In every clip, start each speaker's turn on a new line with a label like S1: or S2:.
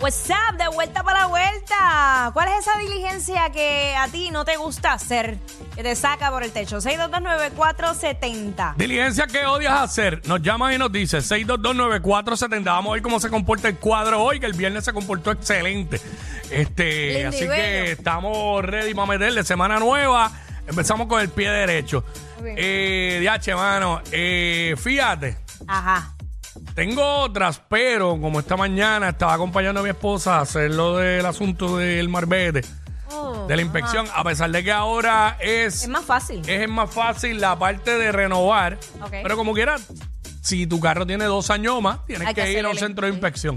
S1: What's up, Pues, de vuelta para la vuelta. ¿Cuál es esa diligencia que a ti no te gusta hacer? Que te saca por el techo. 6229470.
S2: Diligencia que odias hacer. Nos llama y nos dice 6229470. Vamos a ver cómo se comporta el cuadro hoy, que el viernes se comportó excelente. Este,
S1: Lindo y
S2: así
S1: bello.
S2: que estamos ready para meterle semana nueva. Empezamos con el pie derecho.
S1: bien.
S2: Eh, diache, mano. eh, fíjate,
S1: Ajá.
S2: tengo otras, pero como esta mañana estaba acompañando a mi esposa a hacer lo del asunto del marbete,
S1: Oh,
S2: de la inspección, Eh, a pesar de que ahora es
S1: Es más fácil.
S2: es más fácil la parte de renovar.
S1: Ok.
S2: Pero como quiera, si tu carro tiene dos años más, tienes
S1: Hay
S2: que,
S1: que
S2: ir a un
S1: hacerle-
S2: centro de inspección.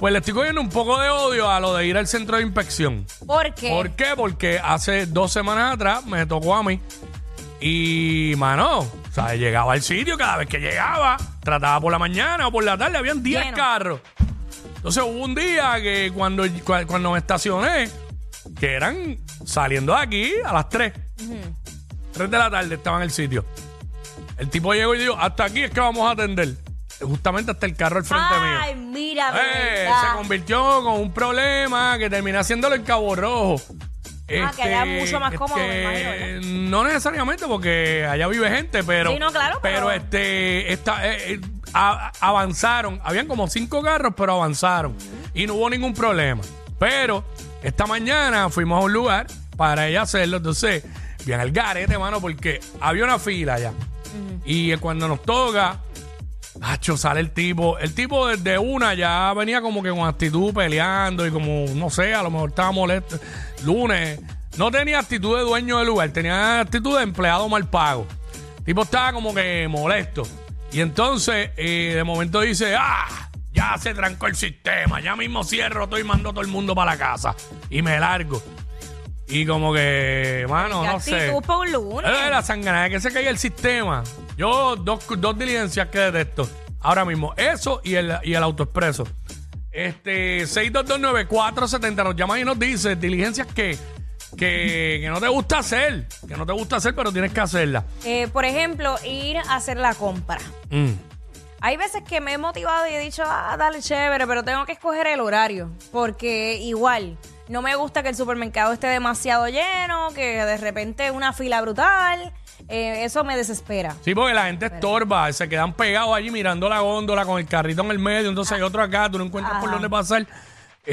S2: Pues le estoy cogiendo un poco de odio a lo de ir al centro de inspección.
S1: ¿Por qué?
S2: ¿Por qué? Porque hace dos semanas atrás me tocó a mí. Y, mano, o sea, llegaba al sitio cada vez que llegaba, trataba por la mañana o por la tarde, habían 10
S1: Lleno.
S2: carros. Entonces hubo un día que cuando, cua- cuando me estacioné, que eran saliendo de aquí a las 3. 3 de la tarde estaba en el sitio. El tipo llegó y dijo, hasta aquí es que vamos a atender. Justamente hasta el carro al frente mío.
S1: Ay, mira, de
S2: Eh,
S1: verdad.
S2: se convirtió con un problema que terminó haciéndolo en Cabo Rojo. Este,
S1: Ah, que allá es mucho más cómodo, me imagino,
S2: No necesariamente porque allá vive gente, pero.
S1: Sí, no, claro, pero-
S2: este, esta, eh, eh, a- avanzaron. Habían como cinco carros, pero avanzaron. Y no hubo ningún problema. Pero esta mañana fuimos a un lugar para ella hacerlo. Entonces, bien al garete, mano, porque había una fila allá. Y eh, cuando nos toca, Nacho, sale el tipo. El tipo desde una ya venía como que con actitud peleando y como, no sé, a lo mejor estaba molesto. Lunes, no tenía actitud de dueño del lugar, tenía actitud de empleado mal pago. El tipo estaba como que molesto. Y entonces, eh, de momento dice, ah, ya se trancó el sistema, ya mismo cierro todo y mando a todo el mundo para la casa. Y me largo. Y como que, mano,
S1: Qué
S2: no sé.
S1: actitud pa' un lunes.
S2: Eh, la sanganada que se caiga el sistema. Yo, dos, dos diligencias que detesto. Ahora mismo, eso y el, y el autoexpreso. Este, 6229470 nos llama y nos dice diligencias que, que, que no te gusta hacer. Que no te gusta hacer, pero tienes que hacerla.
S1: Eh, por ejemplo, ir a hacer la compra.
S2: Mm.
S1: Hay veces que me he motivado y he dicho, ah, dale, chévere, pero tengo que escoger el horario. Porque igual, no me gusta que el supermercado esté demasiado lleno, que de repente una fila brutal. Eh, eso me desespera.
S2: Sí, porque la gente estorba, se quedan pegados allí mirando la góndola con el carrito en el medio, entonces hay otro acá, tú no encuentras por
S1: Ajá.
S2: dónde pasar.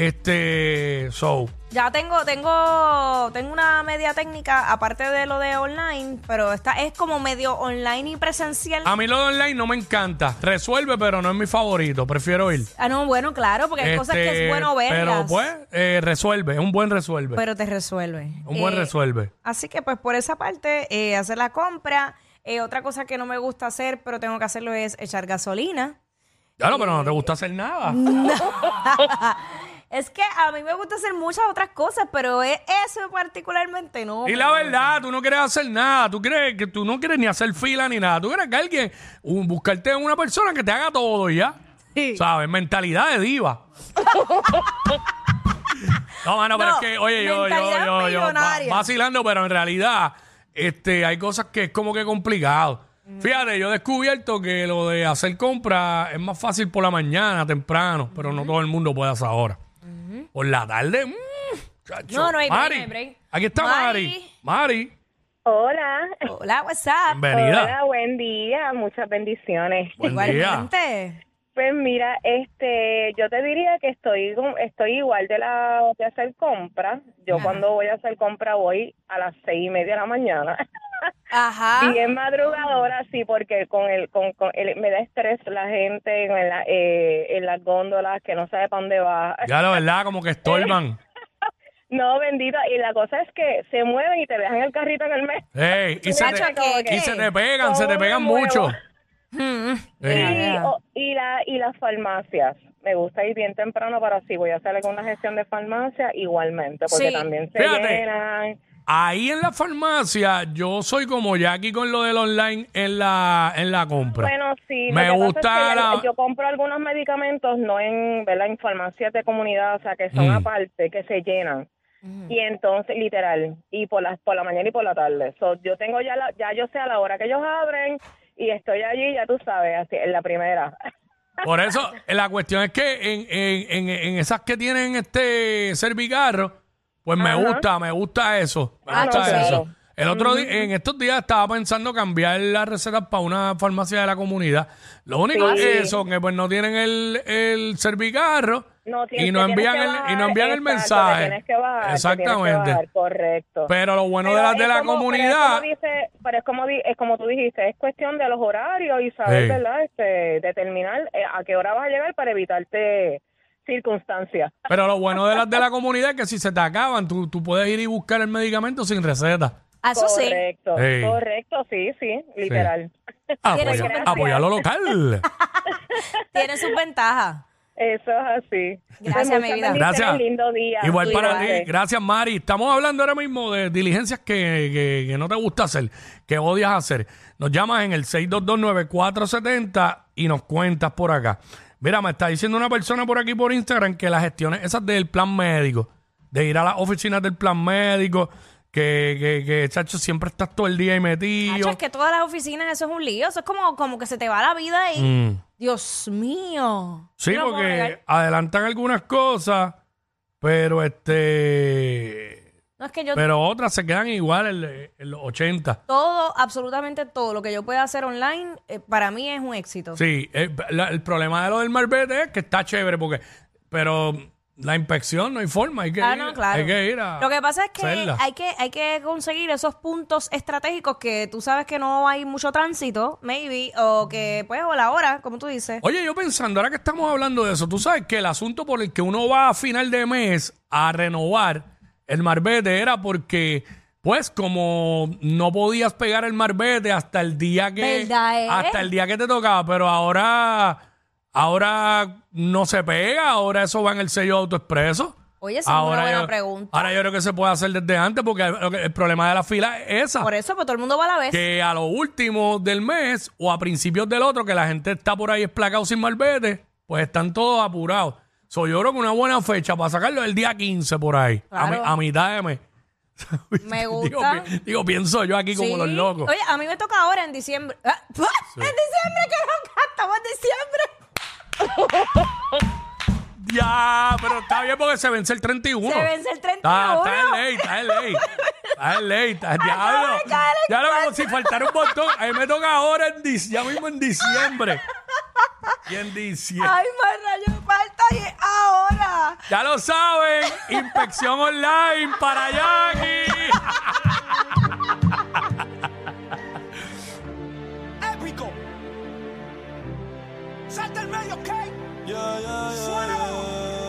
S2: Este, so.
S1: Ya tengo, tengo, tengo una media técnica, aparte de lo de online, pero esta es como medio online y presencial.
S2: A mí lo de online no me encanta. Resuelve, pero no es mi favorito. Prefiero ir.
S1: Ah, no, bueno, claro, porque hay cosas que es
S2: Este,
S1: bueno verlas.
S2: Pero pues, eh, resuelve, es un buen resuelve.
S1: pero te resuelve.
S2: un buen
S1: Eh,
S2: resuelve.
S1: Así que pues por esa parte, eh, hacer la compra. Eh, otra cosa que no me gusta hacer, pero tengo que hacerlo, es echar gasolina.
S2: Claro, pero no te gusta hacer nada.
S1: Es que a mí me gusta hacer muchas otras cosas, pero e- eso particularmente no.
S2: Y la verdad, tú no quieres hacer nada, tú crees que tú no quieres ni hacer fila ni nada, tú quieres que alguien un- buscarte una persona que te haga todo y ya.
S1: Sí.
S2: ¿Sabes? Mentalidad de diva. no, mano, pero
S1: No,
S2: es que, oye, yo, yo,
S1: mentalidad
S2: yo, yo, va-
S1: millonaria.
S2: vacilando, pero en realidad, este, hay cosas que es como que complicado.
S1: Mm.
S2: Fíjate, yo he descubierto que lo de hacer compras es más fácil por la mañana, temprano, pero
S1: Mm.
S2: no todo el mundo puede hacer ahora. Por la tarde, mm, chacho.
S1: Mm-hmm. No, no hay break,
S2: Mari,
S1: no hay break.
S2: Aquí está Mari. Mari,
S3: Hola.
S1: Hola, WhatsApp.
S2: bienvenida.
S3: Hola, buen día. Muchas bendiciones.
S2: Buen día.
S1: Igualmente.
S3: Pues mira, este, yo te diría que estoy con- estoy igual de la de hacer compras. Yo cuando voy a hacer compra voy a las seis y media de la mañana.
S2: Ah.
S1: Ajá.
S3: Bien madrugadora, sí, porque con el, con, con el- me da estrés la gente en, la- eh, en las góndolas que no sabe para dónde va.
S2: Ya la verdad, como que estorban.
S3: No, bendito. Y la cosa es que se mueven y te dejan el carrito en el medio.
S2: Ey, y, se
S1: Nacho,
S2: te,
S1: que- Mm,
S2: y se te pegan,
S3: Como
S2: se te
S3: un
S2: pegan
S3: huevo.
S2: mucho. Eh,
S3: Y, o- y, la, y las farmacias. Me gusta ir bien temprano para si voy a hacer alguna gestión de farmacia igualmente, porque
S1: Sí.
S3: también se
S2: Fíjate.
S3: llenan.
S2: ahí en la farmacia, yo soy como Jackie con lo del online en la, en la compra.
S3: Bueno, sí. lo
S2: Me
S3: que pasa es
S2: gusta
S3: que
S2: la-
S3: yo- Yo compro algunos medicamentos, no en, ¿verdad? en farmacias de comunidad, o sea, que
S2: Mm.
S3: son aparte, que se llenan. Y entonces, literal, y por las por la mañana y por la tarde. So, yo tengo ya, la, ya yo sé a la hora que ellos abren y estoy allí, ya tú sabes, así, en la primera.
S2: Por eso, eh, la cuestión es que en, en- en- en esas que tienen este servicarro, pues me gusta, me gusta eso. Me
S1: Ah,
S2: gusta
S1: sí.
S2: eso. El otro día, en estos días estaba pensando cambiar las recetas para una farmacia de la comunidad. Lo único
S3: Sí.
S2: que eso, que pues no tienen el, el servicarro
S3: No, tienes-
S2: y, no
S3: te tienes
S2: envían
S3: que
S2: el, y no
S3: bajar,
S2: envían el
S3: exacto, te
S2: mensaje.
S3: tienes que bajar, te tienes que
S2: Exactamente.
S3: bajar, correcto.
S2: Pero lo bueno de
S3: Pero
S2: las de
S3: es
S2: la
S3: como-
S2: comunidad.
S3: Pero es, como dice- pero es como, di- es como tú dijiste, es cuestión de los horarios y saber,
S2: Sí.
S3: ¿verdad? Este, determinar eh, a qué hora vas a llegar para evitarte circunstancias.
S2: Pero lo bueno de las de la comunidad es que si se te acaban, tú, tú puedes ir y buscar el medicamento sin receta.
S1: Ah, Eso sí.
S3: correcto,
S2: Sí.
S3: correcto, sí, sí, literal.
S1: Tienes
S2: Apoya,
S1: razón.
S2: apoya lo local.
S1: Tiene sus ventajas.
S3: Eso es así.
S1: Gracias, mi
S3: Pues muchas
S1: vida.
S3: bendiciones,
S2: Gracias.
S3: lindo día.
S2: Igual para ti.
S3: Cuídate.
S2: Gracias, Mari. Estamos hablando ahora mismo de diligencias que, que- que no te gusta hacer, que odias hacer. Nos llamas en el 6229470 y nos cuentas por acá. Mira, me está diciendo una persona por aquí por Instagram que las gestiones esas del plan médico, de ir a las oficinas del plan médico, que, que, que, chacho, siempre estás todo el día ahí
S1: Hacho,
S2: metido.
S1: es que todas las oficinas, eso es un lío. Eso es como, como que se te va la vida ahí.
S2: Mm.
S1: Dios mío.
S2: Sí,
S1: Yo no puedo
S2: porque
S1: bregar.
S2: adelantan algunas cosas, pero este...
S1: No es que yo
S2: Pero otras se quedan igual en, en los 80.
S1: todo, absolutamente todo lo que yo pueda hacer online, eh, para mí es un éxito.
S2: Sí, el, la- el problema de lo del Marbete es que está chévere, porque pero la inspección no hay forma, hay que,
S1: Ah,
S2: ir,
S1: no, claro.
S2: hay que ir a...
S1: Lo que pasa es que
S2: hacerla.
S1: hay, que hay que conseguir esos puntos estratégicos que tú sabes que no hay mucho tránsito, maybe, o que, pues, o la hora, como tú dices.
S2: Oye, yo pensando, ahora que estamos hablando de eso, tú sabes que el asunto por el que uno va a final de mes a renovar el marbete era porque, pues, como no podías pegar el marbete hasta el día que
S1: ¿Verdad, eh?
S2: hasta el día que te tocaba, pero ahora ahora no se pega, ahora eso va en el sello de autoexpreso.
S1: Oye, esa es una buena pregunta.
S2: Ahora yo creo que se puede hacer desde antes porque el el problema de la fila es esa
S1: Por eso, pues todo el mundo va a la vez.
S2: que a lo último del mes o a principios del otro, que la gente está por ahí esplacado sin malvete, pues están todos apurados. Soy yo creo que una buena fecha para sacarlo es el día 15 por ahí, a mi-
S1: Claro.
S2: a, mitad de mes.
S1: Me
S2: Digo,
S1: gusta.
S2: pi- digo, pienso yo aquí como
S1: Sí.
S2: los locos.
S1: Oye, a mí me toca ahora en diciembre. Ah, En diciembre, que no estamos en diciembre.
S2: Ya, pero está bien porque se vence el 31.
S1: Se vence el 31.
S2: Está, está en ley, está en ley. Está en ley, está en diablo.
S1: me cae el
S2: Ya lo como si faltara un montón. A mí me toca ahora, en dic- ya mismo en diciembre. Y en diciembre.
S1: Ay, marra, yo me falta y es ahora.
S2: Ya lo saben, inspección online para Jackie.